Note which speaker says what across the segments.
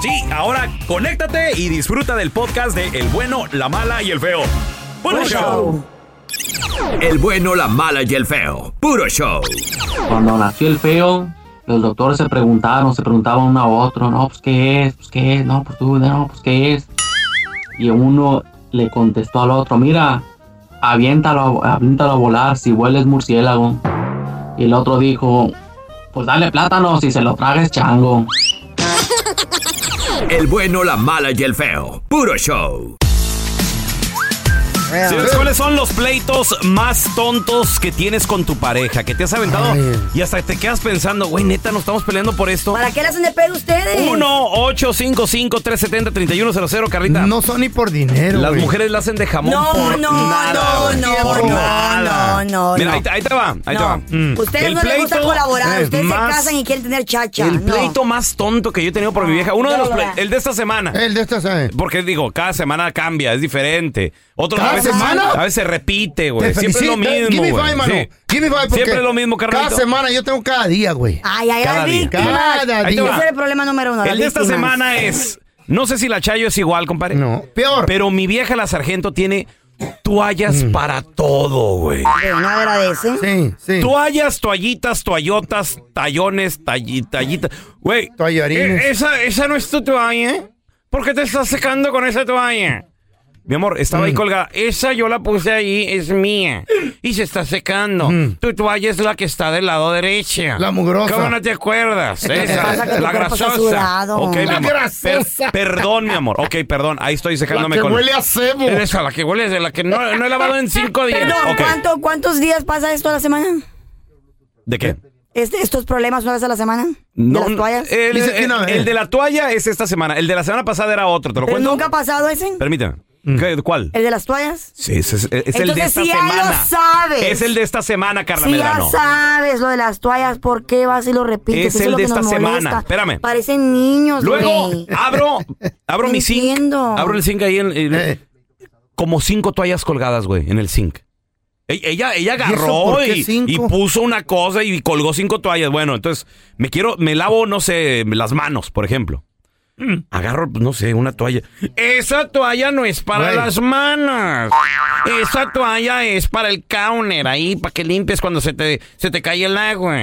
Speaker 1: Sí, ahora conéctate y disfruta del podcast de El bueno, la mala y el feo. Buen
Speaker 2: Buen
Speaker 1: show.
Speaker 2: Oh. El bueno, la mala y el feo. Puro show.
Speaker 3: Cuando nació el feo, los doctores se preguntaban, se preguntaban uno a otro, no, pues qué es, pues qué es, no, pues tú, no, pues qué es. Y uno le contestó al otro, mira, aviéntalo, aviéntalo a volar si hueles murciélago. Y el otro dijo, pues dale plátano si se lo tragues chango.
Speaker 2: El bueno, la mala y el feo. Puro show.
Speaker 1: ¿Sabes cuáles son los pleitos más tontos que tienes con tu pareja? Que te has aventado y hasta te quedas pensando, güey, neta, nos estamos peleando por esto.
Speaker 4: ¿Para qué le hacen de pedo ustedes?
Speaker 1: 1-855-370-3100, Carlita.
Speaker 5: No son ni por dinero.
Speaker 1: Las
Speaker 5: güey.
Speaker 1: mujeres la hacen de jamón
Speaker 4: No,
Speaker 1: por
Speaker 4: no,
Speaker 1: nada.
Speaker 4: no,
Speaker 1: güey.
Speaker 4: no,
Speaker 1: por
Speaker 4: no,
Speaker 1: nada.
Speaker 4: no, no,
Speaker 1: Mira,
Speaker 4: no.
Speaker 1: ahí, te- ahí te va, ahí te va.
Speaker 4: No,
Speaker 1: Mm.
Speaker 4: ustedes
Speaker 1: El
Speaker 4: no les gusta
Speaker 1: pleito
Speaker 4: colaborar,
Speaker 1: es
Speaker 4: ustedes
Speaker 1: más-
Speaker 4: se casan y quieren tener chacha.
Speaker 1: El
Speaker 4: no. Ah,
Speaker 1: pleito más tonto que yo he tenido por mi vieja. Uno de los
Speaker 4: Ya lo
Speaker 1: pleitos,
Speaker 4: verá.
Speaker 1: el de esta semana.
Speaker 5: El de estas, ¿sabes?
Speaker 1: Porque digo, cada semana cambia, es diferente. Otros
Speaker 5: ¿Cada
Speaker 1: a veces,
Speaker 5: semana?
Speaker 1: A veces se repite, güey.
Speaker 5: Te
Speaker 1: Siempre es lo
Speaker 5: felicito.
Speaker 1: mismo.
Speaker 5: Give me
Speaker 1: güey.
Speaker 5: five, mano.
Speaker 1: Sí.
Speaker 5: Give me five, porque
Speaker 1: Siempre es lo mismo, Carlito.
Speaker 5: Cada semana yo tengo cada día, güey.
Speaker 4: Ay, ay,
Speaker 1: Cada
Speaker 4: las
Speaker 1: día.
Speaker 4: víctimas.
Speaker 5: Cada
Speaker 4: Ese
Speaker 5: día.
Speaker 4: es el problema número uno. las
Speaker 1: El de esta
Speaker 4: víctimas.
Speaker 1: semana es. No sé si la Chayo es igual, compadre.
Speaker 5: No. Peor. Mm.
Speaker 1: Pero mi vieja, la sargento, tiene toallas para todo, Oh, güey.
Speaker 4: Pero no agradece.
Speaker 5: Sí, sí.
Speaker 1: Toallas, toallitas, toallotas, tallones, talli- tallitas. Güey.
Speaker 5: Tallarines.
Speaker 1: eh, Esa, esa no es tu toalla, ¿eh? ¿Por qué te estás secando con esa toalla? Mi amor, estaba
Speaker 5: Mm.
Speaker 1: ahí colgada. Esa yo la puse ahí, es mía. Y se está secando. Tu toalla es la que está del lado derecho.
Speaker 5: Mm. La mugrosa.
Speaker 1: ¿Cómo no te acuerdas? Esa,
Speaker 4: pasa? Que tu
Speaker 1: la
Speaker 4: cuerpo está
Speaker 1: grasosa.
Speaker 4: sudado.
Speaker 1: Ok, mi
Speaker 4: La
Speaker 1: amor.
Speaker 5: grasosa.
Speaker 1: Per- perdón, mi amor. Ok, perdón. Ahí estoy secándome con...
Speaker 5: a cebo.
Speaker 1: Esa, la que huele, de la que no, no he lavado en cinco días.
Speaker 4: Perdón,
Speaker 1: Ok.
Speaker 4: ¿cuánto- ¿cuántos días pasa esto a la semana?
Speaker 1: ¿De qué?
Speaker 4: Este- ¿Estos problemas una vez a la semana? ¿De las toallas?
Speaker 1: El,
Speaker 5: Dice que una
Speaker 1: el-
Speaker 5: vez.
Speaker 1: el de la toalla es esta semana. El de la semana pasada era otro, ¿te lo
Speaker 4: ¿Pero
Speaker 1: cuento?
Speaker 4: nunca ha pasado ese?
Speaker 1: Permíteme.
Speaker 5: Mm.
Speaker 1: ¿Qué- ¿Cuál?
Speaker 4: ¿El de las toallas?
Speaker 1: Sí, ese es, es el de
Speaker 4: Entonces,
Speaker 1: esta
Speaker 4: si ya lo
Speaker 1: semana.
Speaker 4: sabes.
Speaker 1: Es el de esta semana, Carla
Speaker 4: Si ya
Speaker 1: Medrano.
Speaker 4: sabes lo de las toallas, ¿por qué vas y lo repites?
Speaker 1: Es
Speaker 4: Eso
Speaker 1: el
Speaker 4: lo
Speaker 1: de
Speaker 4: que
Speaker 1: esta
Speaker 4: nos
Speaker 1: semana.
Speaker 4: molesta.
Speaker 1: Espérame.
Speaker 4: Parecen niños,
Speaker 1: Luego
Speaker 4: güey.
Speaker 1: abro, abro
Speaker 4: No
Speaker 1: mi zinc.
Speaker 4: entiendo.
Speaker 1: Abro el zinc ahí en, en-
Speaker 5: Eh.
Speaker 1: como cinco toallas colgadas, güey, en el zinc. E- Ella, ella
Speaker 5: eso
Speaker 1: agarró
Speaker 5: por qué
Speaker 1: y,
Speaker 5: cinco?
Speaker 1: y puso una cosa y colgó cinco toallas. Bueno, entonces me quiero, me lavo, no sé, las manos, por ejemplo. Mm, Agarro, no sé, una toalla. Esa toalla no es para
Speaker 5: Güey.
Speaker 1: las manos. Esa toalla es para el counter ahí, para que limpies cuando se te, se te cae el agua.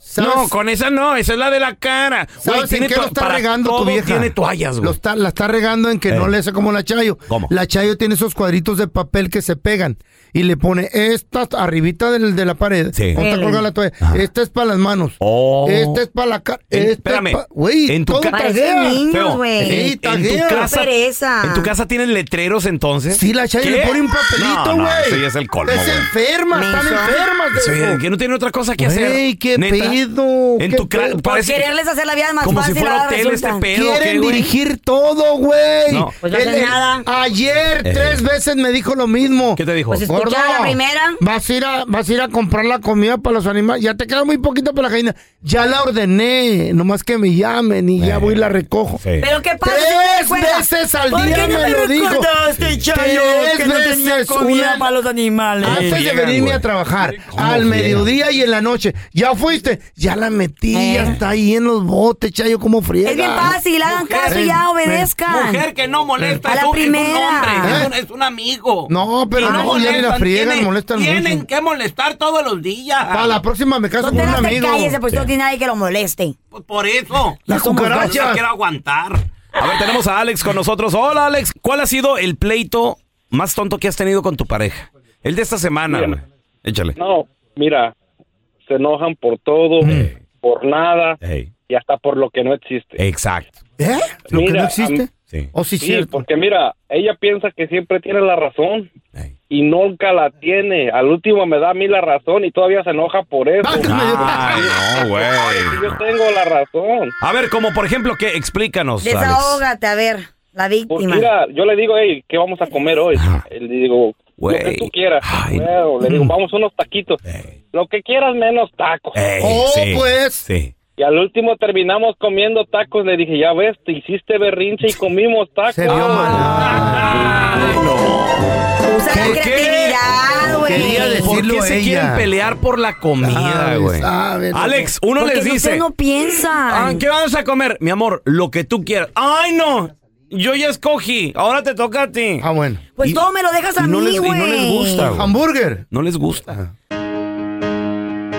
Speaker 5: ¿Sabes-
Speaker 1: No, con esa no, esa es la de la cara. Güey,
Speaker 5: ¿Sabes en qué
Speaker 1: to-
Speaker 5: lo está
Speaker 1: para
Speaker 5: regando tu
Speaker 1: todo
Speaker 5: vieja?
Speaker 1: Tiene toallas,
Speaker 5: Lo
Speaker 1: güey.
Speaker 5: está- la está regando en que
Speaker 1: Eh.
Speaker 5: no le hace como la Chayo.
Speaker 1: ¿Cómo?
Speaker 5: La Chayo tiene esos cuadritos de papel que se pegan y le pone esta arribita del, de la pared. donde
Speaker 1: Sí.
Speaker 5: está
Speaker 4: Ellen.
Speaker 5: colgada la toalla.
Speaker 1: Ajá.
Speaker 5: Esta es para las manos.
Speaker 1: Oh.
Speaker 5: Esta es para la cara.
Speaker 1: En-
Speaker 5: Esta
Speaker 1: espérame,
Speaker 5: Es este pa- güey,
Speaker 1: en tu
Speaker 5: todo
Speaker 1: ca-
Speaker 4: Parecen
Speaker 5: taguea.
Speaker 4: niños,
Speaker 1: Feo,
Speaker 4: güey.
Speaker 5: Sí, taguea.
Speaker 4: Qué pereza.
Speaker 1: ¿En tu casa tienen letreros entonces?
Speaker 5: Sí, la Chayo
Speaker 1: ¿Qué?
Speaker 5: le pone un papelito, güey.
Speaker 1: No, no, eso ya es el colmo,
Speaker 5: Es
Speaker 1: güey.
Speaker 5: enferma, están
Speaker 4: Menso.
Speaker 5: enfermas. de
Speaker 1: Sí,
Speaker 5: eso.
Speaker 1: que no tienen otra cosa que hacer.
Speaker 5: Güey, qué
Speaker 1: Neta.
Speaker 5: pedo,
Speaker 1: En
Speaker 5: qué
Speaker 1: tu cra-
Speaker 5: pedo.
Speaker 4: Por
Speaker 1: parece
Speaker 4: quererles hacer la vida más
Speaker 1: como si
Speaker 4: fácil,
Speaker 1: fuera
Speaker 4: ahora
Speaker 1: hotel este
Speaker 4: resulta.
Speaker 1: pedo.
Speaker 5: Quieren
Speaker 1: ¿qué, güey?
Speaker 5: dirigir todo, güey.
Speaker 1: No.
Speaker 4: Pues no hacen nada.
Speaker 5: Ayer
Speaker 1: Eh.
Speaker 5: tres veces me dijo lo mismo.
Speaker 1: ¿Qué te dijo?
Speaker 4: Pues es- Escuchá
Speaker 5: Gordo,
Speaker 4: la primera.
Speaker 5: Vas a, ir a, vas a ir a comprar la comida para los animales. Ya te queda muy poquito para la gallina. Ya la ordené. Nomás que me llamen y ya
Speaker 1: Eh,
Speaker 5: voy y la recojo.
Speaker 1: Sí.
Speaker 4: ¿Pero qué pasa? si no me
Speaker 5: Tres
Speaker 4: recuerdas?
Speaker 5: veces al
Speaker 4: ¿Por
Speaker 5: día
Speaker 4: qué no
Speaker 5: me lo dijo.
Speaker 4: recordaste, Chayo,
Speaker 5: Tres
Speaker 4: que no tenía
Speaker 5: veces
Speaker 4: comida
Speaker 5: una-
Speaker 4: para los animales?
Speaker 1: Ah,
Speaker 5: Antes de
Speaker 1: llegan,
Speaker 5: venirme
Speaker 1: güey.
Speaker 5: a trabajar,
Speaker 1: ¿Cómo
Speaker 5: al
Speaker 1: llegan?
Speaker 5: mediodía y en la noche. Ya fuiste, ya la metí,
Speaker 4: Eh.
Speaker 5: ya está ahí en los botes, chayo, como friega.
Speaker 4: Es bien fácil, hagan caso y ya
Speaker 5: Ven, ven.
Speaker 4: obedezcan.
Speaker 1: que no molesta,
Speaker 4: A la primera.
Speaker 5: ¿Eh?
Speaker 1: amigo.
Speaker 5: No, pero no, ya ni la friegan,
Speaker 1: tienen-
Speaker 5: molestan mucho.
Speaker 1: que molestar todos los días.
Speaker 5: Para la próxima me caso
Speaker 4: Ah. No
Speaker 5: con
Speaker 4: te
Speaker 5: un
Speaker 4: das de
Speaker 5: amigo.
Speaker 4: cállese, pues no tiene nadie que lo moleste.
Speaker 1: Pues por eso.
Speaker 5: Las
Speaker 1: Somos
Speaker 5: cucarachas.
Speaker 1: dos, no quiero aguantar. A ver, tenemos a Alex con nosotros. Hola, Alex. ¿Cuál ha sido el pleito más tonto que has tenido con tu pareja? El de esta semana.
Speaker 6: Bien.
Speaker 1: güey. Échale.
Speaker 6: No, mira, se enojan por todo, por nada
Speaker 1: Ey,
Speaker 6: y hasta por lo que no existe.
Speaker 1: Exacto.
Speaker 5: ¿Eh? ¿Lo que
Speaker 6: Mira,
Speaker 5: no existe?
Speaker 6: am-
Speaker 1: Sí.
Speaker 5: ¿O sí,
Speaker 6: Sí,
Speaker 5: cierto?
Speaker 6: porque mira, ella piensa que siempre tiene la razón
Speaker 1: Ey.
Speaker 6: y
Speaker 7: y nunca la tiene. Al último me da a mí la razón y todavía se enoja por eso.
Speaker 1: Ay, no, güey.
Speaker 7: Yo tengo la razón.
Speaker 1: A ver, como por ejemplo, que explícanos, Pues, Alex.
Speaker 4: Desahógate, a ver, la
Speaker 7: Porque
Speaker 4: víctima.
Speaker 7: mira, yo le digo, hey, ¿qué vamos a comer hoy? Él digo,
Speaker 1: Güey.
Speaker 7: lo que tú quieras.
Speaker 1: Ay. Mm.
Speaker 7: Bueno, le digo, vamos unos taquitos. Lo que quieras menos tacos.
Speaker 1: Ey,
Speaker 5: Oh,
Speaker 1: sí,
Speaker 5: pues.
Speaker 1: Sí.
Speaker 7: Y al último terminamos comiendo tacos. Le dije, ya ves, te hiciste berrinche y comimos tacos. Ah.
Speaker 5: Se vio mal.
Speaker 4: Usa la
Speaker 5: ¿Por qué?
Speaker 4: creatividad,
Speaker 5: Quería
Speaker 4: güey.
Speaker 5: decir-
Speaker 1: ¿Por qué
Speaker 5: Decirlo
Speaker 1: se
Speaker 5: ella.
Speaker 1: quieren pelear por la comida,
Speaker 5: Sabes,
Speaker 1: güey?
Speaker 5: sabes, loco.
Speaker 1: Alex, uno
Speaker 4: Porque
Speaker 1: les dice,
Speaker 4: ustedes no
Speaker 1: "Ah,
Speaker 4: piensan.
Speaker 1: ¿qué vamos a comer? Mi amor, lo que tú quieras. ¡Ay, no! Yo ya escogí, ahora te toca a ti.
Speaker 5: Ah, bueno.
Speaker 4: Pues
Speaker 1: Y-
Speaker 4: todo me lo dejas
Speaker 1: y
Speaker 4: a
Speaker 1: no
Speaker 4: mí,
Speaker 1: les- y
Speaker 4: güey.
Speaker 1: no les gusta, güey.
Speaker 5: Hamburger.
Speaker 1: No les gusta.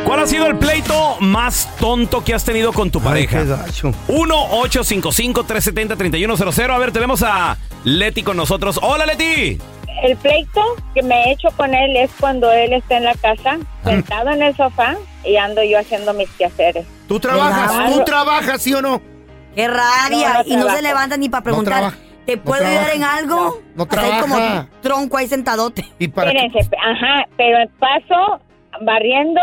Speaker 1: ¿Cuál ha sido el pleito más tonto que has tenido con tu
Speaker 5: Ay, qué
Speaker 1: pareja?
Speaker 5: gacho.
Speaker 1: 1-855-370-3100. A ver, tenemos a Leti con nosotros. ¡Hola, Leti!
Speaker 8: El pleito que me he hecho con él es cuando él está en la casa,
Speaker 4: Ah.
Speaker 8: sentado en el sofá y ando yo haciendo mis quehaceres.
Speaker 5: ¿Tú trabajas?
Speaker 8: Claro.
Speaker 5: ¿Tú trabajas, sí o no?
Speaker 4: Qué rabia.
Speaker 8: No, no
Speaker 4: y no se
Speaker 8: trabajo.
Speaker 4: levanta ni para preguntar.
Speaker 5: trabaja.
Speaker 4: ¿Te
Speaker 5: No
Speaker 4: puedo ayudar
Speaker 5: trabaja.
Speaker 4: en algo?
Speaker 5: No
Speaker 4: Hasta ahí
Speaker 5: trabaja.
Speaker 4: como tronco ahí sentadote.
Speaker 5: ¿Y para qué?
Speaker 8: Espérense, pe- ajá, pero paso barriendo.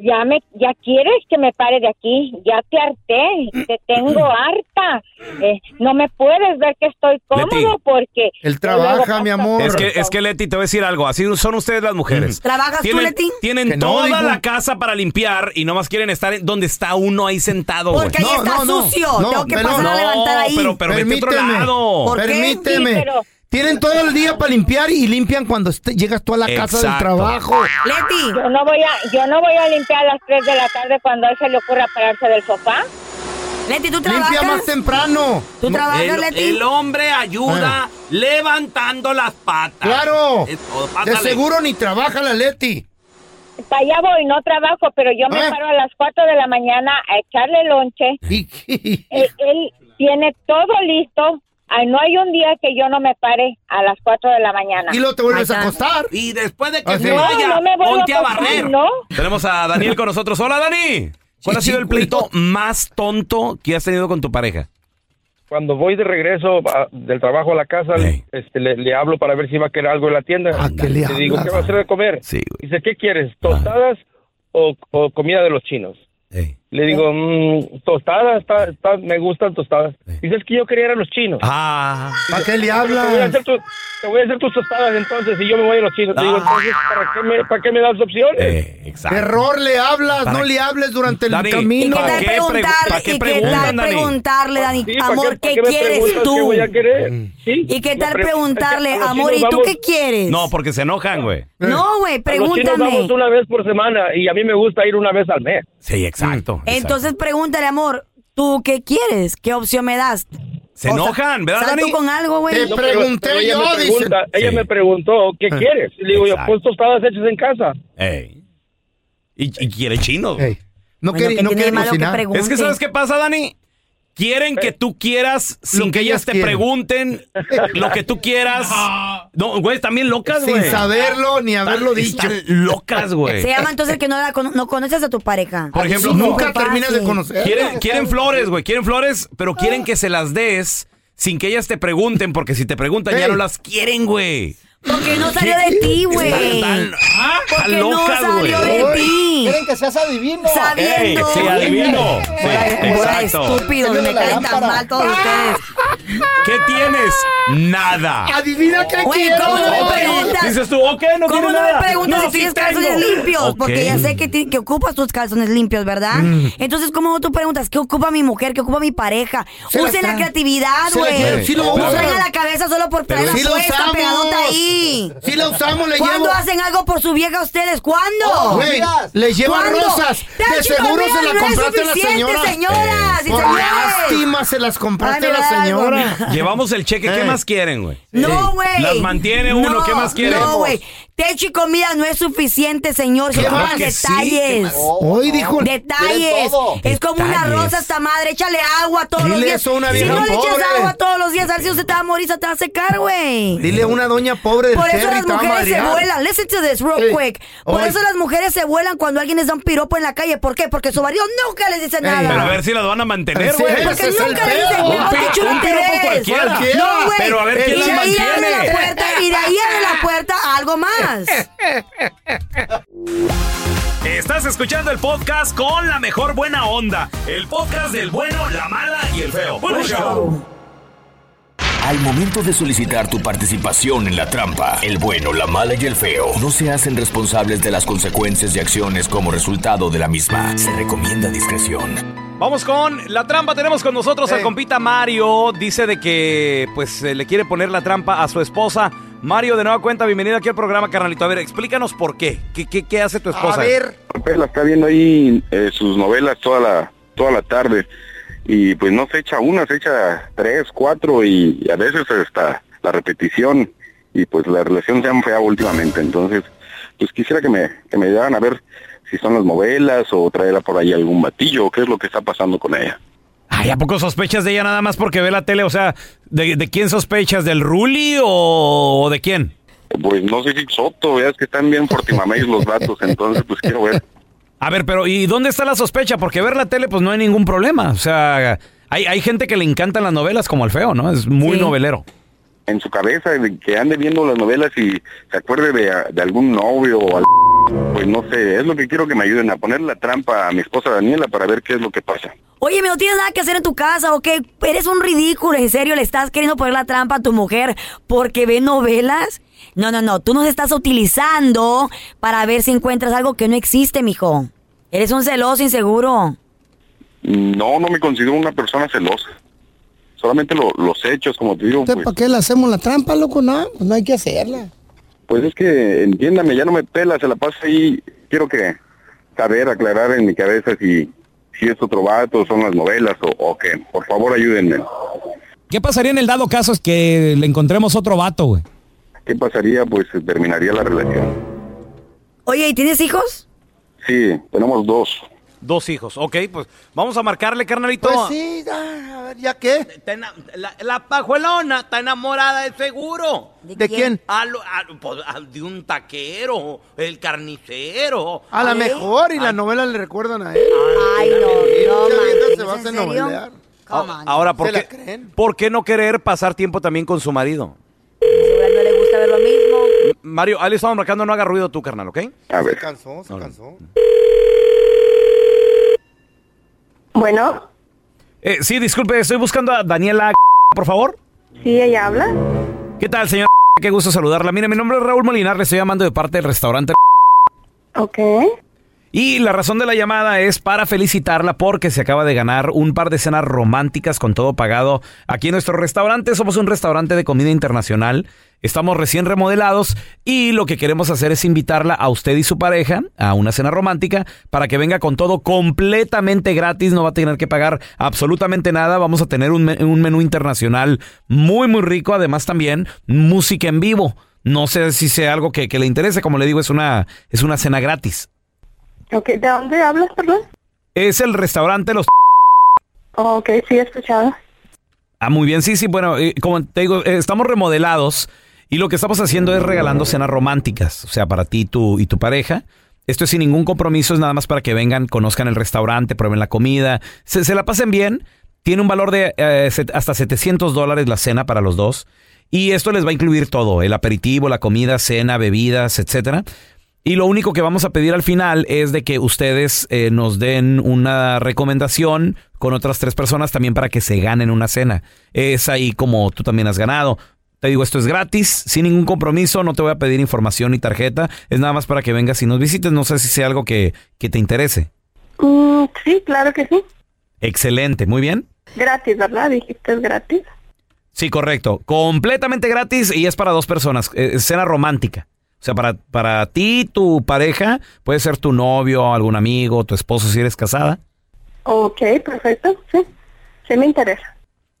Speaker 8: Ya me, ya quieres que me pare de aquí, ya te harté, te tengo harta. Eh, no me puedes ver que estoy cómodo
Speaker 1: Leti.
Speaker 8: porque
Speaker 5: Él
Speaker 8: luego
Speaker 5: trabaja,
Speaker 8: pasa
Speaker 5: mi amor.
Speaker 1: Es que, es que Leti, te voy a decir algo. Así son ustedes las mujeres.
Speaker 4: ¿Trabajas tú,
Speaker 1: tienen,
Speaker 4: Leti?
Speaker 1: Tienen
Speaker 5: Que no,
Speaker 1: toda
Speaker 5: hijo.
Speaker 1: la casa para limpiar y nomás quieren estar en donde está uno ahí sentado. güey.
Speaker 4: Porque ahí
Speaker 5: No,
Speaker 4: está
Speaker 5: no, no.
Speaker 4: sucio.
Speaker 5: No,
Speaker 4: Tengo que
Speaker 5: pero-
Speaker 4: pasar a
Speaker 5: no,
Speaker 4: levantar ahí.
Speaker 1: pero, pero vete a otro
Speaker 5: Permíteme.
Speaker 1: lado.
Speaker 4: ¿Por qué?
Speaker 5: Permíteme.
Speaker 8: Sí, pero-
Speaker 5: Tienen todo el día para limpiar y limpian cuando est- llegas tú a la casa del
Speaker 1: Exacto.
Speaker 5: trabajo.
Speaker 4: Leti,
Speaker 8: Yo no voy a, yo no voy a limpiar a las 3 de la tarde cuando a él se le ocurra pararse del sofá.
Speaker 4: Leti, ¿tú
Speaker 5: Limpia más
Speaker 4: trabajas?
Speaker 5: temprano.
Speaker 4: ¿Tú trabajas,
Speaker 1: El,
Speaker 4: Leti? Ah.
Speaker 1: el hombre ayuda levantando las patas.
Speaker 5: Claro.
Speaker 1: Ah, Es todo,
Speaker 5: De
Speaker 1: pásale.
Speaker 5: seguro ni trabaja la Leti.
Speaker 8: Para allá voy, no trabajo, pero yo me
Speaker 5: Ah.
Speaker 8: paro a las 4 de la mañana a echarle lonche.
Speaker 5: Y-
Speaker 8: Él, él tiene todo listo. Ay, no hay un día que yo no me pare a las 4 de la mañana.
Speaker 5: Y lo te vuelves
Speaker 4: Ahí
Speaker 5: a
Speaker 4: está.
Speaker 5: acostar.
Speaker 1: Y después de que
Speaker 5: Así.
Speaker 1: se
Speaker 5: No,
Speaker 1: vaya,
Speaker 8: no me vuelvo
Speaker 1: ponte a
Speaker 8: a acostar,
Speaker 1: barrer.
Speaker 8: ¿no?
Speaker 1: Tenemos a Daniel con nosotros. Hola, Dani. ¿Cuál ha sido el pleito más tonto que has tenido con tu pareja?
Speaker 6: Cuando voy de regreso a- del trabajo a la casa,
Speaker 1: Ey.
Speaker 6: este, le, le hablo para ver si va a querer algo en la tienda.
Speaker 5: Ah, ¿qué le
Speaker 6: digo,
Speaker 5: hablas?
Speaker 6: ¿qué va a hacer de comer?
Speaker 1: Sí, güey.
Speaker 6: Dice, ¿qué quieres? ¿Tostadas o, o comida de los chinos? Le digo, "Mm, tostadas, ta- ta- me gustan tostadas. Dice, es que yo quería ir a los chinos.
Speaker 1: Ah.
Speaker 5: ¿Para qué le
Speaker 6: Te voy, a
Speaker 5: hablas?
Speaker 6: hacer tu- te voy a hacer tus tostadas entonces y yo me voy a los chinos. Le digo,
Speaker 1: Ah.
Speaker 6: entonces, ¿para qué me, para qué me das opciones?
Speaker 1: eh, exacto.
Speaker 5: Error le hablas,
Speaker 1: Para-
Speaker 5: no le hables durante el
Speaker 1: Dani,
Speaker 4: ¿Y
Speaker 5: camino.
Speaker 4: qué
Speaker 1: ¿Para
Speaker 4: tal
Speaker 1: qué pregu- para
Speaker 4: preguntarle?
Speaker 1: qué
Speaker 4: ¿Y qué
Speaker 1: preguntan,
Speaker 4: tal
Speaker 1: Dani?
Speaker 4: preguntarle, Dani?
Speaker 6: Pues Sí, ¿para
Speaker 4: Amor,
Speaker 6: para
Speaker 4: ¿qué
Speaker 6: me
Speaker 4: quieres
Speaker 6: preguntas
Speaker 4: tú?
Speaker 6: qué voy a querer? Sí,
Speaker 4: ¿Y qué
Speaker 6: me
Speaker 4: tal
Speaker 6: pre-
Speaker 4: preguntarle,
Speaker 6: es que a los
Speaker 4: amor,
Speaker 6: chinos
Speaker 4: ¿y tú
Speaker 6: vamos-
Speaker 4: qué quieres?
Speaker 1: No, porque se enojan, güey.
Speaker 5: Eh.
Speaker 4: No, güey,
Speaker 6: a los chinos
Speaker 4: pregúntame.
Speaker 6: vamos una vez por semana y a mí me gusta ir una vez al mes.
Speaker 1: Sí, exacto.
Speaker 4: Entonces pregúntale, amor, ¿tú qué quieres? ¿Qué opción me das?
Speaker 1: exacto. se
Speaker 4: O sea,
Speaker 1: enojan, ¿verdad,
Speaker 4: sal tú
Speaker 1: Dani?
Speaker 4: con algo, güey.
Speaker 5: Te
Speaker 6: No, pero-
Speaker 5: pregunté
Speaker 6: pero ella
Speaker 5: yo,
Speaker 6: me
Speaker 5: dice.
Speaker 6: pregunta- Ella
Speaker 1: Sí. Ah.
Speaker 6: me preguntó, ¿qué quieres? Y le digo, yo,
Speaker 1: Exacto.
Speaker 6: pues tostadas hechas en casa.
Speaker 1: Ey. Y, y quiere chino. güey.
Speaker 5: Ey, No
Speaker 4: Bueno,
Speaker 5: quiere,
Speaker 4: ¿qué
Speaker 5: no
Speaker 4: tiene
Speaker 5: quiere
Speaker 4: de malo que
Speaker 5: cocinar.
Speaker 4: pregunte?
Speaker 1: Es que ¿sabes qué pasa, Dani? Quieren que tú quieras sin
Speaker 5: que
Speaker 1: que
Speaker 5: ellas
Speaker 1: ellas te
Speaker 5: quieren.
Speaker 1: pregunten lo que tú quieras. No, güey, también locas, güey.
Speaker 5: Sin saberlo ni haberlo dicho.
Speaker 1: Están locas, güey.
Speaker 4: Se llama entonces que no, la cono- no conoces a tu pareja.
Speaker 1: Por
Speaker 4: Ay,
Speaker 1: ejemplo,
Speaker 4: sí,
Speaker 5: Nunca
Speaker 4: súper fácil. Ah.
Speaker 5: terminas de conocer.
Speaker 1: Quieren, quieren flores, güey. Quieren flores, pero quieren que se las des sin que ellas te pregunten, porque si te preguntan ya
Speaker 5: Ey.
Speaker 1: no las quieren, güey.
Speaker 4: Porque no salió de ti, güey.
Speaker 1: Están, ah,
Speaker 4: Porque
Speaker 1: están locas,
Speaker 4: no
Speaker 1: güey.
Speaker 4: salió de ti.
Speaker 9: que seas adivino?
Speaker 1: Ey,
Speaker 4: Sabiendo.
Speaker 1: sí, adivino. Sí,
Speaker 4: Hola,
Speaker 1: Eh, exacto.
Speaker 4: estúpidos, me caen tan mal todos
Speaker 5: ¡Ah!
Speaker 4: ustedes.
Speaker 1: ¿Qué tienes? Nada.
Speaker 5: Adivina qué
Speaker 4: Güey,
Speaker 5: quiero.
Speaker 4: ¿cómo no me preguntas?
Speaker 1: Dices tú, ok, no
Speaker 4: ¿Cómo
Speaker 1: tiene
Speaker 4: no me
Speaker 1: nada.
Speaker 4: preguntas si
Speaker 1: sí
Speaker 4: tienes
Speaker 1: tengo.
Speaker 4: calzones limpios?
Speaker 1: Ok. Mm.
Speaker 4: Porque ya sé que, ti- que ocupas tus calzones limpios, ¿verdad? Entonces, ¿cómo tú preguntas qué ocupa mi mujer, qué ocupa mi pareja?
Speaker 5: Se la
Speaker 4: Usen la
Speaker 5: tra-
Speaker 4: creatividad,
Speaker 5: se la tra-
Speaker 4: güey.
Speaker 5: sí lo
Speaker 4: no
Speaker 5: usan.
Speaker 4: traigan la cabeza solo por traer la
Speaker 5: sí lo
Speaker 4: puesta
Speaker 5: usamos.
Speaker 4: pegadota ahí.
Speaker 5: Si la usamos, le
Speaker 4: ¿Cuándo
Speaker 5: llevo.
Speaker 4: hacen algo por su vieja ustedes? ¿Cuándo?
Speaker 5: Oh, Güey, le lleva
Speaker 4: ¿Cuándo?
Speaker 5: rosas. De
Speaker 4: Tan chicos,
Speaker 5: seguro
Speaker 4: mira,
Speaker 5: se la
Speaker 4: no es
Speaker 5: compraste a la
Speaker 4: suficiente,
Speaker 5: señora.
Speaker 4: señoras y
Speaker 5: Por
Speaker 4: señores.
Speaker 5: lástima, se las compraste
Speaker 4: Ay,
Speaker 5: a la
Speaker 4: me da algo.
Speaker 5: señora.
Speaker 1: Llevamos el cheque, ¿qué
Speaker 5: Eh.
Speaker 1: más quieren, güey?
Speaker 4: No, güey.
Speaker 1: Las mantiene uno, ¿qué más quiere?
Speaker 5: Eh.
Speaker 4: No, güey. Techo y comida no es suficiente, señor. Se
Speaker 5: Claro
Speaker 4: ocupan
Speaker 5: que sí,
Speaker 4: detalles.
Speaker 5: Hoy dijo el...
Speaker 4: Detalles. Es como una
Speaker 10: Detalles.
Speaker 4: rosa esta madre. Échale agua todos
Speaker 5: Dile
Speaker 4: los días.
Speaker 5: eso a una
Speaker 4: si
Speaker 5: vieja
Speaker 4: no le
Speaker 5: pobre.
Speaker 4: echas agua todos los días, así usted te va a morir, se te va a secar, güey.
Speaker 5: Dile a una doña pobre del
Speaker 4: Por eso
Speaker 5: cerro y
Speaker 4: las
Speaker 5: te va a
Speaker 4: mujeres se
Speaker 5: madrear.
Speaker 4: vuelan. Listen to this real
Speaker 5: Ey.
Speaker 4: quick. Por
Speaker 5: Ay.
Speaker 4: eso las mujeres se vuelan cuando alguien les da un piropo en la calle. ¿Por qué? Porque su marido nunca les dice nada.
Speaker 10: Pero a ver si las van a mantener,
Speaker 5: Así
Speaker 10: güey.
Speaker 5: es.
Speaker 4: Porque
Speaker 5: Ese es el
Speaker 4: nunca le
Speaker 5: pedo.
Speaker 4: dicen,
Speaker 5: Un
Speaker 4: "Mejor
Speaker 10: pi-
Speaker 4: te chulo
Speaker 10: un
Speaker 4: que
Speaker 10: piropo
Speaker 4: eres".
Speaker 10: cualquiera.
Speaker 4: No, güey.
Speaker 10: Pero a ver quién
Speaker 4: y
Speaker 10: las
Speaker 4: de ahí abre
Speaker 10: mantiene.
Speaker 4: la puerta, y de ahí abre la puerta a algo más.
Speaker 1: Estás escuchando el podcast con la mejor buena onda. El podcast del bueno, la mala y el feo. Bueno, show.
Speaker 2: Al momento de solicitar tu participación en la trampa, el bueno, la mala y el feo no se hacen responsables de las consecuencias y acciones como resultado de la misma. Se recomienda discreción.
Speaker 1: Vamos con la trampa. Tenemos con nosotros al compita Mario. Dice de que pues eh, le quiere poner la trampa a su esposa. Mario, de nueva cuenta, bienvenido aquí al programa, carnalito. A ver, explícanos por qué. ¿Qué, qué- qué hace tu
Speaker 5: A
Speaker 1: esposa?
Speaker 5: ver,
Speaker 11: Pues la está viendo ahí eh, sus novelas toda la toda la tarde y pues no se echa una, se echa tres, cuatro y, y a veces hasta la repetición y pues la relación se ha enfriado últimamente, entonces pues quisiera que me que me ayudaran a ver si son las novelas o traerla por ahí algún batillo o qué es lo que está pasando con ella.
Speaker 10: Ay, ¿a poco sospechas de ella nada más porque ve la tele? O sea, ¿de, de quién sospechas? ¿Del Ruli o, o de quién?
Speaker 11: Pues no sé si Soto, ya es que están bien fortimameis los datos, entonces pues quiero ver.
Speaker 10: A ver, pero ¿y dónde está la sospecha? Porque ver la tele, pues no hay ningún problema. O sea, hay, hay gente que le encantan las novelas como el feo, ¿no? Es muy
Speaker 4: Sí.
Speaker 10: novelero.
Speaker 11: en su cabeza, de que ande viendo las novelas y se acuerde de, de algún novio o al... Pues no sé, es lo que quiero que me ayuden a poner la trampa a mi esposa Daniela para ver qué es lo que pasa.
Speaker 4: Oye, no tienes nada que hacer en tu casa, ¿ok? Eres un ridículo, en serio, le estás queriendo poner la trampa a tu mujer porque ve novelas. No, no, no, tú nos estás utilizando para ver si encuentras algo que no existe, mijo. Eres un celoso, inseguro.
Speaker 11: No, no me considero una persona celosa. Solamente lo- los hechos, como te digo, pues,
Speaker 12: ¿Para qué le hacemos la trampa, loco? No, pues no hay que hacerla.
Speaker 11: pues es que entiéndame, ya no me pela, se la pasa ahí. Quiero que saber, aclarar en mi cabeza si, si es otro vato, son las novelas o, o qué. Por favor, ayúdenme.
Speaker 1: ¿Qué pasaría en el dado caso es que le encontremos otro vato, güey?
Speaker 11: ¿Qué pasaría? Pues terminaría la relación.
Speaker 4: Oye, ¿y tienes hijos?
Speaker 11: Sí, tenemos dos.
Speaker 1: Dos hijos. Ok, pues vamos a marcarle, carnalito.
Speaker 5: pues sí, ah, a ver, ¿ya qué?
Speaker 1: Está ena- la, la pajuelona está enamorada de seguro.
Speaker 5: ¿De quién?
Speaker 1: A lo- a lo- pues, a- de un taquero, el carnicero.
Speaker 5: A la
Speaker 4: ¿Eh?
Speaker 5: mejor
Speaker 1: Ah.
Speaker 5: y las novelas le recuerdan a él.
Speaker 4: Ay, no, no,
Speaker 5: Esta vieja
Speaker 4: man,
Speaker 5: se va a hacer
Speaker 4: ¿en serio?
Speaker 5: novelear.
Speaker 4: Come on.
Speaker 1: Ahora, ¿por
Speaker 5: ¿Se la
Speaker 1: qué,
Speaker 5: creen?
Speaker 1: ¿por qué no querer pasar tiempo también con su marido?
Speaker 4: Seguro no le gusta ver lo mismo.
Speaker 1: Mario, ahí le estamos marcando, no haga ruido tú, carnal, ¿ok?
Speaker 11: A ver.
Speaker 5: Se cansó, se cansó.
Speaker 8: Bueno,
Speaker 1: Eh, sí, disculpe, estoy buscando a Daniela, por favor.
Speaker 8: sí, ella habla.
Speaker 1: ¿Qué tal, señor? Qué gusto saludarla. Mire, mi nombre es Raúl Molinar, le estoy llamando de parte del restaurante.
Speaker 8: Ok.
Speaker 1: Y la razón de la llamada es para felicitarla porque se acaba de ganar un par de cenas románticas con todo pagado aquí en nuestro restaurante. Somos un restaurante de comida internacional. Estamos recién remodelados y lo que queremos hacer es invitarla a usted y su pareja a una cena romántica para que venga con todo completamente gratis. No va a tener que pagar absolutamente nada. Vamos a tener un, me- un menú internacional muy, muy rico. Además también música en vivo. No sé si sea algo que, que le interese. Como le digo, es una, es una cena gratis.
Speaker 8: Ok, ¿de dónde hablas, perdón?
Speaker 1: Es el restaurante Los...
Speaker 8: Ok, sí, he escuchado.
Speaker 1: Ah, muy bien, sí, sí, bueno, eh, como te digo, eh, estamos remodelados y lo que estamos haciendo es regalando cenas románticas, o sea, para ti y tu, y tu pareja. Esto es sin ningún compromiso, es nada más para que vengan, conozcan el restaurante, prueben la comida, se, se la pasen bien. Tiene un valor de eh, set- hasta 700 dólares la cena para los dos. Y esto les va a incluir todo, el aperitivo, la comida, cena, bebidas, etcétera. Y lo único que vamos a pedir al final es de que ustedes eh, nos den una recomendación con otras tres personas también para que se ganen una cena. Es ahí como tú también has ganado. Te digo, esto es gratis, sin ningún compromiso, no te voy a pedir información ni tarjeta, es nada más para que vengas y nos visites, no sé si sea algo que, que te interese.
Speaker 8: Mm, sí, claro que sí.
Speaker 1: Excelente, muy bien.
Speaker 8: Gratis, ¿verdad? Dijiste es gratis.
Speaker 1: Sí, correcto, completamente gratis y es para dos personas, eh, cena romántica. O sea, para, para ti, tu pareja, puede ser tu novio, algún amigo, tu esposo si eres casada.
Speaker 8: Ok, perfecto, sí. Sí me interesa.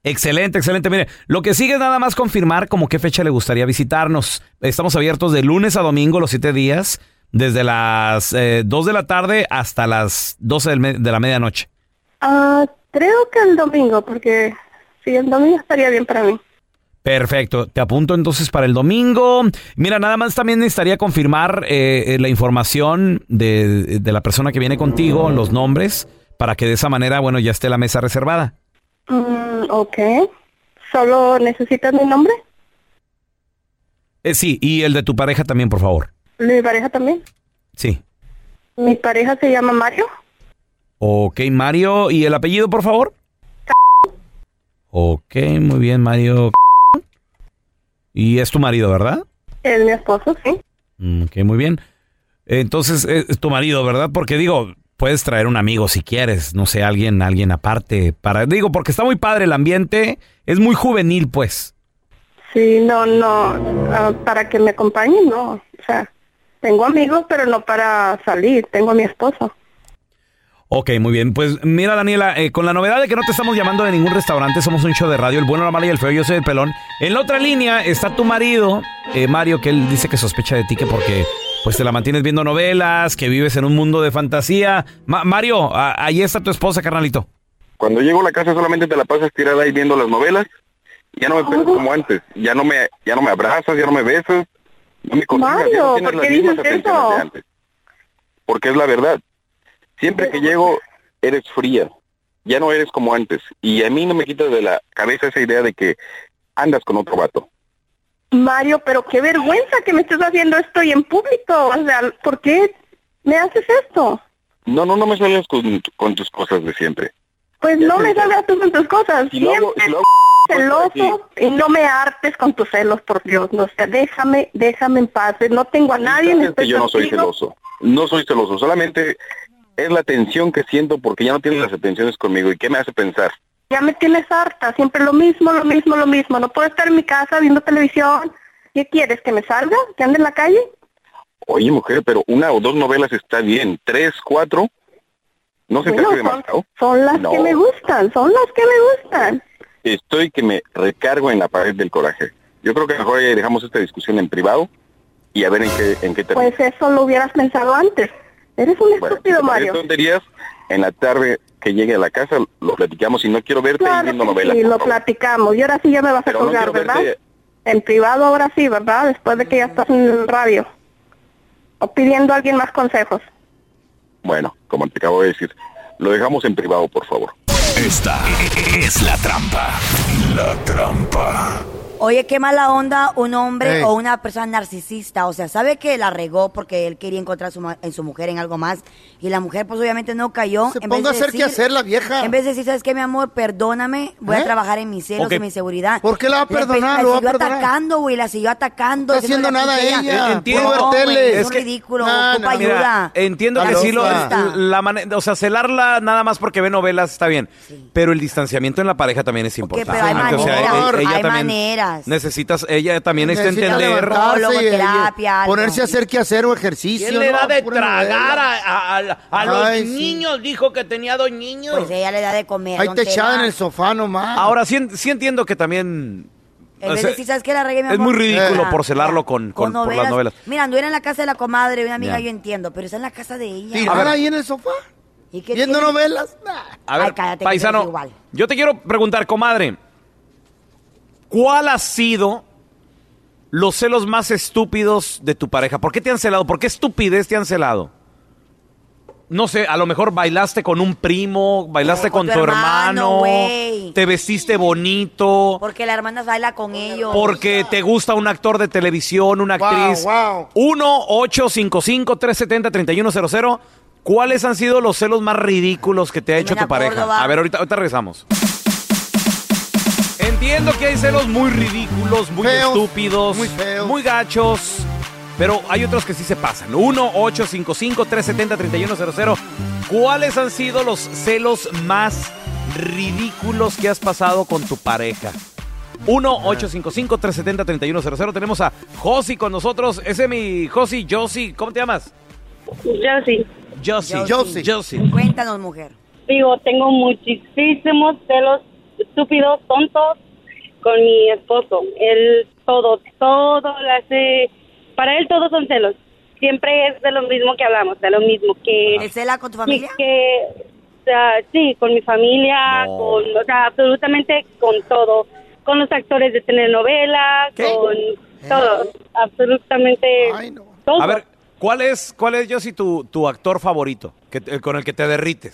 Speaker 1: Excelente, excelente. Mire, lo que sigue es nada más confirmar como qué fecha le gustaría visitarnos. Estamos abiertos de lunes a domingo, los siete días, desde las eh, 2 de la tarde hasta las 12 del me- de la medianoche.
Speaker 13: Ah, creo que el domingo, porque sí, el domingo estaría bien para mí.
Speaker 1: Perfecto, te apunto entonces para el domingo. Mira, nada más también necesitaría confirmar eh, eh, la información de, de la persona que viene contigo, los nombres, para que de esa manera, bueno, ya esté la mesa reservada.
Speaker 13: Mm, ok. ¿Solo necesitas mi nombre?
Speaker 1: Eh, sí, y el de tu pareja también, por favor.
Speaker 13: ¿Mi pareja también?
Speaker 1: Sí.
Speaker 13: Mi pareja se llama Mario.
Speaker 1: Ok, Mario, ¿y el apellido, por favor? Ok, muy bien, Mario. Y es tu marido, ¿verdad?
Speaker 13: Es mi esposo, sí.
Speaker 1: Mm, Ok, muy bien. Entonces, eh, es tu marido, ¿verdad? Porque digo, puedes traer un amigo si quieres, no sé, alguien, alguien aparte. Para, digo, porque está muy padre el ambiente, es muy juvenil, pues.
Speaker 13: Sí, no, no. ah, para que me acompañen, no. O sea, tengo amigos, pero no para salir. Tengo a mi esposo.
Speaker 1: Ok, muy bien. Pues mira, Daniela, eh, con la novedad de que no te estamos llamando de ningún restaurante, somos un show de radio, el bueno, la mala y el feo, yo soy el pelón. En la otra línea está tu marido, eh, Mario, que él dice que sospecha de ti, que porque pues te la mantienes viendo novelas, que vives en un mundo de fantasía. Ma- Mario, a- ahí está tu esposa, carnalito.
Speaker 11: Cuando llego a la casa solamente te la pasas tirada ahí viendo las novelas. Ya no me pegas como antes. Ya no me, ya no me abrazas, ya no me besas. No me cocinas, ya no
Speaker 13: Mario,
Speaker 11: tienes
Speaker 13: ¿por qué
Speaker 11: las mismas
Speaker 13: dices
Speaker 11: atenciones de
Speaker 13: eso?
Speaker 11: antes. Porque es la verdad. Siempre que llego eres fría. Ya no eres como antes. Y a mí no me quitas de la cabeza esa idea de que andas con otro vato.
Speaker 13: Mario, pero qué vergüenza que me estés haciendo esto y en público. O sea, ¿por qué me haces esto?
Speaker 11: No, no, no me salgas con, con tus cosas de siempre.
Speaker 13: Pues no me salgas tú con tus cosas.
Speaker 11: Si lo hago-
Speaker 13: Siempre
Speaker 11: si lo
Speaker 13: celoso y no me hartes con tus celos, por Dios. No, o sea, déjame, déjame en paz. eh, No tengo a nadie. este,
Speaker 11: Sabes que
Speaker 13: estoy
Speaker 11: yo no soy
Speaker 13: contigo.
Speaker 11: celoso. No soy celoso. Solamente es la tensión que siento porque ya no tienes las atenciones conmigo. ¿Y qué me hace pensar?
Speaker 13: Ya me tienes harta. Siempre lo mismo, lo mismo, lo mismo. No puedo estar en mi casa viendo televisión. ¿Qué quieres? ¿Que me salga? ¿Que ande en la calle?
Speaker 11: Oye, mujer, pero una o dos novelas está bien. Tres, cuatro. ¿No se
Speaker 13: Bueno,
Speaker 11: te
Speaker 13: son,
Speaker 11: hace demasiado?
Speaker 13: son las
Speaker 11: No.
Speaker 13: que me gustan. Son las que me gustan.
Speaker 11: Estoy que me recargo en la pared del coraje. Yo creo que mejor ya dejamos esta discusión en privado y a ver en qué, en qué termina.
Speaker 13: Pues eso lo hubieras pensado antes. Eres un
Speaker 11: Bueno,
Speaker 13: Pues, estúpido,
Speaker 11: cualquier
Speaker 13: Mario.
Speaker 11: tonterías, en la tarde que llegue a la casa lo platicamos y no quiero verte ahí viendo novelas.
Speaker 13: Sí,
Speaker 11: por
Speaker 13: lo
Speaker 11: favor.
Speaker 13: platicamos. Y ahora sí ya me vas a
Speaker 11: Pero no
Speaker 13: colgar,
Speaker 11: quiero
Speaker 13: ¿verdad?
Speaker 11: verte-
Speaker 13: En privado ahora sí, ¿verdad? Después de que ya estás en el radio. O pidiendo a alguien más consejos.
Speaker 11: Bueno, como te acabo de decir, lo dejamos en privado, por favor.
Speaker 2: Esta es la trampa. La trampa.
Speaker 4: Oye, qué mala onda un hombre
Speaker 2: Ey.
Speaker 4: o una persona narcisista. O sea, sabe que la regó porque él quería encontrar su ma- en su mujer en algo más. Y la mujer, pues obviamente no cayó.
Speaker 12: Se
Speaker 4: En
Speaker 12: ponga a
Speaker 4: vez de
Speaker 12: hacer qué hacer la vieja.
Speaker 4: En vez de decir, ¿sabes qué, mi amor? Perdóname, voy
Speaker 12: ¿Eh?
Speaker 4: a trabajar en mis celos,
Speaker 12: Ok.
Speaker 4: en mi seguridad.
Speaker 12: ¿Por qué la va a
Speaker 4: Le pe-
Speaker 12: perdonar?
Speaker 4: La
Speaker 12: Lo va a
Speaker 4: siguió
Speaker 12: perdonar.
Speaker 4: atacando, güey, la siguió atacando.
Speaker 12: Está haciendo
Speaker 4: la
Speaker 12: nada
Speaker 4: tontería.
Speaker 12: ella.
Speaker 1: Eh, Entiendo.
Speaker 4: No, güey,
Speaker 1: tele.
Speaker 4: Es
Speaker 1: Es
Speaker 4: un
Speaker 1: que-
Speaker 4: ridículo,
Speaker 12: No,
Speaker 4: ocupa
Speaker 12: no,
Speaker 1: Mira,
Speaker 4: ayuda.
Speaker 1: entiendo
Speaker 4: Está
Speaker 1: que sí lo,
Speaker 4: loca.
Speaker 1: la mane- o sea, celarla nada más porque ve novelas está bien, pero el distanciamiento en la pareja también es importante.
Speaker 4: pero hay
Speaker 1: O sea,
Speaker 4: maneras,
Speaker 1: e- ella
Speaker 4: hay
Speaker 1: también
Speaker 4: maneras.
Speaker 1: Necesitas, ella también está
Speaker 12: Necesita
Speaker 1: entender.
Speaker 12: levantarse
Speaker 4: Psicólogo,
Speaker 12: y- y-
Speaker 4: terapia, algo.
Speaker 12: ponerse a hacer qué hacer o ejercicio.
Speaker 4: ¿Quién le da de
Speaker 12: Pura
Speaker 4: tragar
Speaker 12: novela.
Speaker 10: A, a- a los
Speaker 12: Ay, sí.
Speaker 10: niños, dijo que tenía dos niños.
Speaker 4: Pues ella le da de comer.
Speaker 12: Ahí
Speaker 4: don
Speaker 12: te echaba
Speaker 4: Tela.
Speaker 12: en el sofá nomás.
Speaker 1: Ahora sí, en- sí entiendo que también
Speaker 4: En
Speaker 1: o
Speaker 4: vez
Speaker 1: sea,
Speaker 4: de decir, ¿sabes qué? La regué, mi
Speaker 1: es
Speaker 4: amor.
Speaker 1: muy ridículo
Speaker 4: Ya.
Speaker 1: porcelarlo con, con- por las novelas.
Speaker 4: Mira, anduviera en la casa de la comadre de una amiga,
Speaker 1: Ya.
Speaker 4: yo entiendo, pero está en la casa de ella.
Speaker 12: Tirada A ver. ahí en el sofá.
Speaker 4: ¿Y qué
Speaker 12: Viendo
Speaker 4: tiene?
Speaker 12: novelas.
Speaker 1: A ver,
Speaker 4: Ay, cállate, que
Speaker 1: paisano,
Speaker 4: eres igual.
Speaker 1: yo te quiero preguntar, comadre, ¿cuál ha sido los celos más estúpidos de tu pareja? ¿Por qué te han celado? ¿Por qué estupidez te han celado? No sé, a lo mejor bailaste con un primo, bailaste
Speaker 4: O
Speaker 1: con
Speaker 4: con
Speaker 1: tu,
Speaker 4: tu hermano,
Speaker 1: hermano,
Speaker 4: güey.
Speaker 1: te vestiste bonito,
Speaker 4: Porque la hermana baila con ellos.
Speaker 1: porque te gusta un actor de televisión, una
Speaker 4: Wow,
Speaker 1: actriz.
Speaker 4: wow.
Speaker 1: 1-855-370-3100. ¿Cuáles han sido los celos más ridículos que te ha hecho tu
Speaker 10: acuerdo,
Speaker 1: pareja?
Speaker 10: va.
Speaker 1: A ver, ahorita, ahorita regresamos. Entiendo que hay celos muy ridículos, muy estúpidos, muy, gachos. Pero hay otros que sí se pasan. 1-855-370-3100. ¿Cuáles han sido los celos más ridículos que has pasado con tu pareja? 1-855-370-3100. Tenemos a Josi con nosotros. Ese es mi Josi, Josi. ¿Cómo te llamas?
Speaker 13: Josie.
Speaker 1: Josi.
Speaker 13: Josi.
Speaker 1: Josi.
Speaker 4: Cuéntanos, mujer.
Speaker 13: Digo, tengo muchísimos celos
Speaker 14: estúpidos, tontos con mi esposo. Él todo, todo lo hace. Para él todos son celos. Siempre es de lo mismo que hablamos, de lo mismo que.
Speaker 4: ¿El cela con tu familia?
Speaker 14: Que, o sea, sí, con mi familia, con, o sea, absolutamente con todo. Con los actores de telenovelas, con todo. Absolutamente todo.
Speaker 1: A ver, ¿cuál es, cuál es yo si tu, tu actor favorito que, te- con el que te derrites?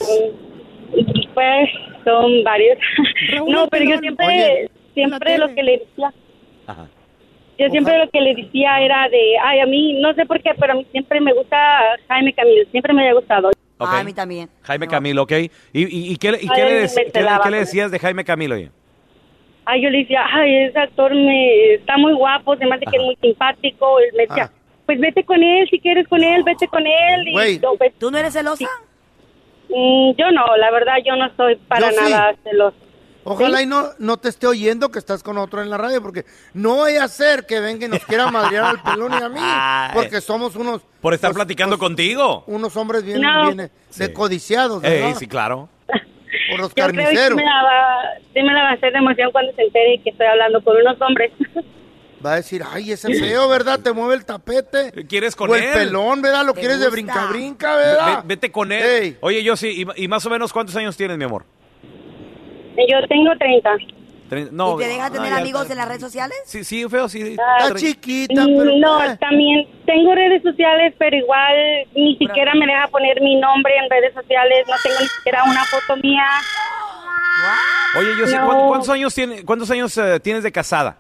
Speaker 14: Pues son varios. no, pero yo siempre,
Speaker 1: Oye,
Speaker 14: siempre lo que le decía,
Speaker 1: Ajá.
Speaker 14: yo siempre lo que le decía era de, ay, a mí, no sé por qué, pero a mí siempre me gusta Jaime Camilo, siempre me había gustado.
Speaker 1: Ok.
Speaker 4: A mí también.
Speaker 1: Jaime Camilo, ¿ok? ¿Y, y, y qué, le- y
Speaker 14: Ay,
Speaker 1: qué, le,
Speaker 14: me
Speaker 1: dec- qué le-
Speaker 14: celaba
Speaker 1: qué le
Speaker 14: con
Speaker 1: decías de Jaime Camilo? oye?
Speaker 14: Ay, yo le decía, ay, ese actor me, está muy guapo, se me hace que es muy simpático, él me decía, pues vete con él, si quieres con él, vete con él.
Speaker 4: Güey.
Speaker 14: ¿Tú no eres celosa? Mm, yo no, la verdad, yo no soy para
Speaker 5: Yo sí.
Speaker 14: nada celosa.
Speaker 5: Ojalá
Speaker 14: ¿Sí?
Speaker 5: y no, no te esté oyendo que estás con otro en la radio, porque no vaya a ser que venga y nos quiera madrear al pelón y a
Speaker 1: Ah,
Speaker 5: mí,
Speaker 1: eh.
Speaker 5: porque somos unos,
Speaker 1: ¿Por
Speaker 5: Pues,
Speaker 1: estar platicando contigo?
Speaker 5: unos hombres bien,
Speaker 14: No.
Speaker 5: bien, eh, descodiciados, ¿verdad?
Speaker 1: Ey, sí, claro.
Speaker 5: por los
Speaker 14: Yo creo que sí
Speaker 5: carniceros.
Speaker 14: me, la va, sí me la va a hacer de emoción cuando se entere que estoy hablando con unos hombres.
Speaker 5: Va a decir, ay, ese feo, ¿verdad? Te mueve el tapete.
Speaker 1: ¿Quieres con
Speaker 5: o el
Speaker 1: él?
Speaker 5: pelón, ¿verdad? Lo
Speaker 1: Te
Speaker 5: quieres de
Speaker 1: gusta.
Speaker 5: brinca-brinca, ¿verdad?
Speaker 1: Ve- vete con él. Oye, yo sí, y, y más o menos, ¿cuántos años tienes, mi amor?
Speaker 14: Yo tengo 30.
Speaker 1: Tre- No,
Speaker 4: ¿Te deja
Speaker 1: no,
Speaker 4: tener
Speaker 1: ya-
Speaker 4: amigos en las redes sociales?
Speaker 1: Sí, sí, feo, sí.
Speaker 14: Ah, No, también tengo redes sociales, pero igual ni siquiera me deja poner mi nombre en redes sociales. No tengo ni siquiera una foto mía.
Speaker 1: Oye, yo sí,
Speaker 14: No.
Speaker 1: ¿cuántos, cuántos años, tiene, cuántos años eh, tienes de casada?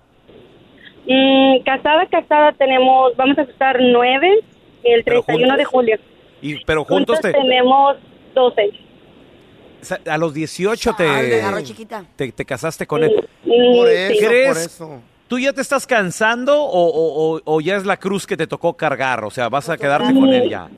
Speaker 14: Mm, casada, casada tenemos, vamos a cruzar nueve el
Speaker 1: Pero
Speaker 14: 31 de
Speaker 1: juntos.
Speaker 14: julio.
Speaker 1: Y, pero juntos te,
Speaker 14: tenemos 12.
Speaker 1: sa- a los 18 te,
Speaker 14: chiquita.
Speaker 1: te, te casaste con él.
Speaker 14: Mm, Por sí. eso,
Speaker 1: ¿Crees-
Speaker 14: por eso.
Speaker 1: ¿Tú ya te estás cansando o, o- o- o ya es la cruz que te tocó cargar? O sea, vas a quedarte con él ya.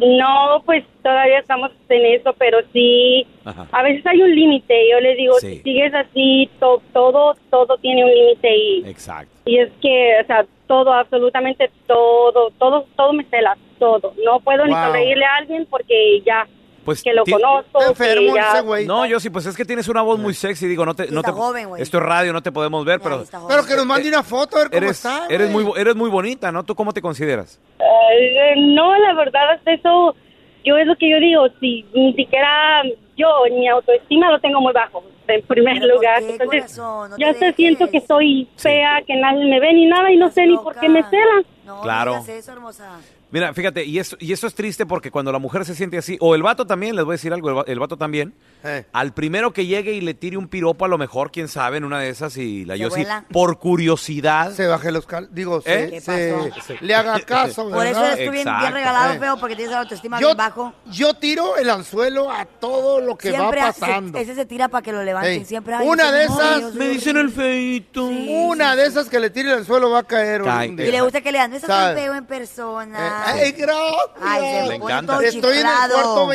Speaker 14: No, pues todavía estamos en eso, pero sí,
Speaker 1: Ajá.
Speaker 14: a veces hay un límite. Yo le digo,
Speaker 1: Sí.
Speaker 14: si sigues así, to- todo, todo tiene un límite y,
Speaker 1: Exacto.
Speaker 14: y es que, o sea, todo, absolutamente todo, todo, todo me cela, todo. No puedo ni
Speaker 1: Wow.
Speaker 14: sonreírle a alguien porque ya,
Speaker 1: Pues
Speaker 14: que lo
Speaker 1: ti-
Speaker 14: conozco, que ya,
Speaker 1: No, yo sí, pues es que tienes una voz muy sexy. Digo, no te. no
Speaker 14: está
Speaker 1: te-
Speaker 14: joven, güey.
Speaker 1: Esto es radio, no te podemos ver, pero.
Speaker 5: Pero que nos mande una foto a ver cómo
Speaker 1: Eh, Eres,
Speaker 5: está.
Speaker 1: eres, muy, bo- eres muy bonita, ¿no? ¿Tú cómo te consideras?
Speaker 14: Eh, no, la verdad hasta eso, yo es lo que yo digo, si ni siquiera yo, mi autoestima lo tengo muy bajo, en primer lugar. Entonces, yo hasta siento que soy fea, que nadie me ve ni nada y no sé ni por qué me celan.
Speaker 1: claro.
Speaker 4: Eso, hermosa.
Speaker 1: Mira, fíjate, y eso, y eso es triste porque cuando la mujer se siente así, o el vato también, les voy a decir algo, el, va- el vato también,
Speaker 5: Eh.
Speaker 1: al primero que llegue y le tire un piropo, a lo mejor, quién sabe, en una de esas, y la
Speaker 5: Se
Speaker 1: yo sí,
Speaker 5: vuela.
Speaker 1: por curiosidad.
Speaker 5: Se baje los cal... Digo, se-
Speaker 1: ¿Eh? ¿Qué
Speaker 5: se-
Speaker 1: pasó?
Speaker 5: se- le haga caso,
Speaker 4: Por eso
Speaker 5: ¿verdad? Eh.
Speaker 4: eres tú bien,
Speaker 12: Eh.
Speaker 4: bien regalado, feo, porque tienes la autoestima
Speaker 5: Yo-
Speaker 4: bien bajo.
Speaker 5: Yo tiro el anzuelo a todo lo que
Speaker 4: Siempre
Speaker 5: va
Speaker 4: hace-
Speaker 5: pasando.
Speaker 4: ese se tira para que lo levanten.
Speaker 5: Ey,
Speaker 4: Siempre hay
Speaker 5: una de esas
Speaker 1: me dicen el feito.
Speaker 5: una de esas que le tire el anzuelo va a caer
Speaker 1: Cae.
Speaker 5: un día.
Speaker 4: Y le gusta que le dan, no estás tan
Speaker 5: ¿Sabe?
Speaker 4: feo en persona.
Speaker 5: Eh, Ay, gracias.
Speaker 4: Ay,
Speaker 1: Le
Speaker 4: se pone
Speaker 1: encanta.
Speaker 4: todo
Speaker 5: Estoy en el
Speaker 4: chiflado.
Speaker 5: cuarto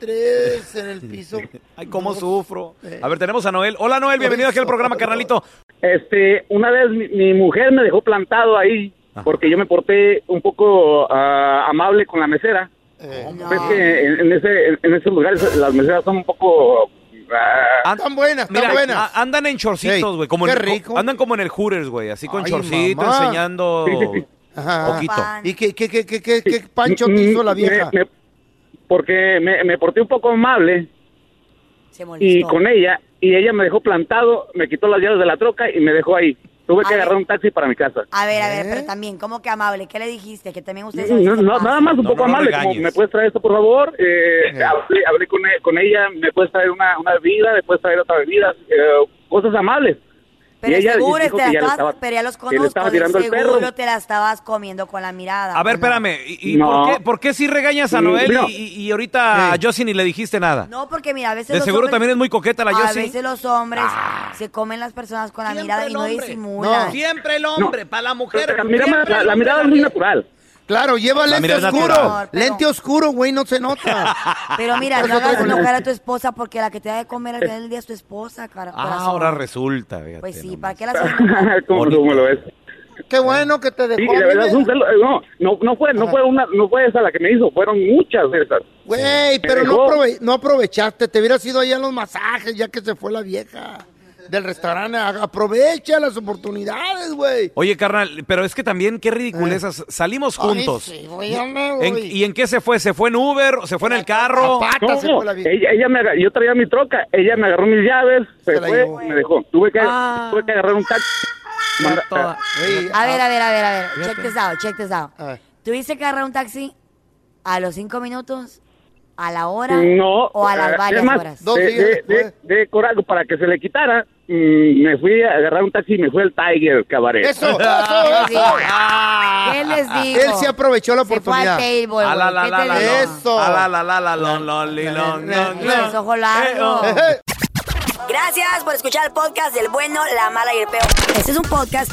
Speaker 5: 23, en el piso. Eh.
Speaker 1: Ay, cómo sufro. A ver, tenemos a Noel. Hola, Noel, bienvenido aquí al programa, carnalito.
Speaker 15: Este, una vez mi, mi mujer me dejó plantado ahí porque yo me porté un poco ah, amable con la mesera.
Speaker 5: Eh,
Speaker 15: Ves que en, en ese, en, en esos lugares eh, las meseras son un poco... ah,
Speaker 5: Están buenas,
Speaker 1: Mira, ah,
Speaker 5: están buenas.
Speaker 1: a- andan en chorcitos, güey. como
Speaker 5: qué
Speaker 1: en- co-
Speaker 5: rico.
Speaker 1: Andan como en el Hooters, güey. Así con
Speaker 5: Ay,
Speaker 1: chorcito,
Speaker 5: mamá.
Speaker 1: enseñando
Speaker 5: Sí, sí, sí. Ajá.
Speaker 1: ah, poquito.
Speaker 5: ¿Y qué, qué, qué, qué, qué, qué pancho te hizo la
Speaker 15: Mm, me-
Speaker 5: vieja?
Speaker 15: me- porque me, me porté un poco amable y con ella, y ella me dejó plantado, me quitó las llaves de la troca y me dejó ahí. Tuve que
Speaker 4: Ay.
Speaker 15: agarrar un taxi para mi casa.
Speaker 4: A ver, a ver,
Speaker 5: ¿Eh?
Speaker 4: pero también, ¿cómo que amable? ¿Qué le dijiste? Que también ustedes... a veces
Speaker 15: No,
Speaker 4: se
Speaker 15: no,
Speaker 4: pasan.
Speaker 15: nada más un poco amable, como, ¿me puedes traer esto, por favor? Eh, Hablé, hablé con, e- con ella, me puedes traer una, una bebida, me puedes traer otra bebida, eh, cosas amables.
Speaker 4: Pero
Speaker 15: Y ella
Speaker 4: seguro
Speaker 15: dijo
Speaker 4: te
Speaker 15: que
Speaker 4: la
Speaker 15: ya le
Speaker 4: estabas,
Speaker 15: estaba-
Speaker 4: pero ya los
Speaker 15: que le estaba
Speaker 4: conozco, de
Speaker 15: tirando el
Speaker 4: seguro
Speaker 15: perro.
Speaker 4: te la estabas comiendo con la mirada.
Speaker 1: A ver, espérame. ¿Y, y
Speaker 15: No.
Speaker 1: por, qué, por qué sí regañas a
Speaker 15: Mm,
Speaker 1: Noel
Speaker 15: no.
Speaker 1: y, y- y ahorita a Josie ni le dijiste nada?
Speaker 4: No, porque mira, a veces
Speaker 1: De
Speaker 4: los
Speaker 1: seguro
Speaker 4: hombres-
Speaker 1: también es muy coqueta la Ah.
Speaker 4: A
Speaker 1: Josie.
Speaker 4: veces los hombres se comen las personas con la mirada y no disimulan.
Speaker 1: No. Siempre el
Speaker 4: hombre,
Speaker 1: para la mujer.
Speaker 15: La mirada, la- la mirada es muy natural.
Speaker 5: Claro, lleva
Speaker 15: La
Speaker 5: lente
Speaker 15: mirada es
Speaker 5: oscuro.
Speaker 15: natural.
Speaker 5: Lente oscuro, güey, no se nota.
Speaker 4: Pero mira,
Speaker 5: Es
Speaker 4: no
Speaker 5: otra
Speaker 4: hagas
Speaker 5: cosa.
Speaker 4: enojar a tu esposa porque la que te da de comer al final del día es tu esposa, cara.
Speaker 1: Ah,
Speaker 4: corazón.
Speaker 1: ahora resulta. fíjate.
Speaker 4: Pues sí, ¿para qué la haces?
Speaker 15: ¿Cómo, cómo lo ves?
Speaker 5: Qué bueno que te dejó.
Speaker 15: Sí,
Speaker 5: a
Speaker 15: la
Speaker 5: mí
Speaker 15: verdad,
Speaker 5: me-
Speaker 15: es un celo- eh, no, no, no fue, no fue una, no fue esa la que me hizo, fueron muchas de esas.
Speaker 5: Güey, pero no,
Speaker 15: dejó.
Speaker 5: aprove- no aprovechaste. Te hubieras ido allá a los masajes ya que se fue la vieja.
Speaker 12: del restaurante. a- Aprovecha las oportunidades, güey.
Speaker 1: Oye, carnal, pero es que también qué ridiculezas. Salimos
Speaker 12: Ay,
Speaker 1: juntos.
Speaker 12: sí, güey, ya me
Speaker 1: ¿En-
Speaker 12: voy.
Speaker 1: ¿Y en qué se fue? ¿Se fue en Uber? ¿Se fue en el carro?
Speaker 15: No, ella, ella me agarró, yo traía mi troca, ella me agarró mis llaves, se,
Speaker 1: la
Speaker 15: fue,
Speaker 1: llevó.
Speaker 15: me dejó. Tuve que,
Speaker 4: Ah.
Speaker 15: tuve que agarrar un taxi. Para-
Speaker 4: A ver, a ver, a ver, a ver.
Speaker 15: Fíjate.
Speaker 4: Check this out, check this out. ¿Tuviste que agarrar un taxi a los cinco minutos, a la hora
Speaker 15: No.
Speaker 4: o a las
Speaker 15: eh,
Speaker 4: varias
Speaker 15: es más,
Speaker 4: horas?
Speaker 15: de, de, de, de Corago, para que se le quitara, mm, me fui a agarrar un taxi y me fue al Tiger Cabaret.
Speaker 12: Eso,
Speaker 4: ¿Qué les digo?
Speaker 1: Ah.
Speaker 4: ¿Qué les digo?
Speaker 12: Él se aprovechó la
Speaker 4: Se fue al
Speaker 12: oportunidad.
Speaker 4: table, güey.
Speaker 1: A la, la,
Speaker 4: ¿Qué
Speaker 1: la,
Speaker 4: te
Speaker 1: la,
Speaker 4: digo?
Speaker 1: la. A la, la, la, la, lon, lon, li, lon, lon,
Speaker 4: Con los
Speaker 1: lon.
Speaker 4: ojos largos.
Speaker 1: Eh,
Speaker 4: Gracias por escuchar el podcast del bueno, la mala y el peor. Este es un podcast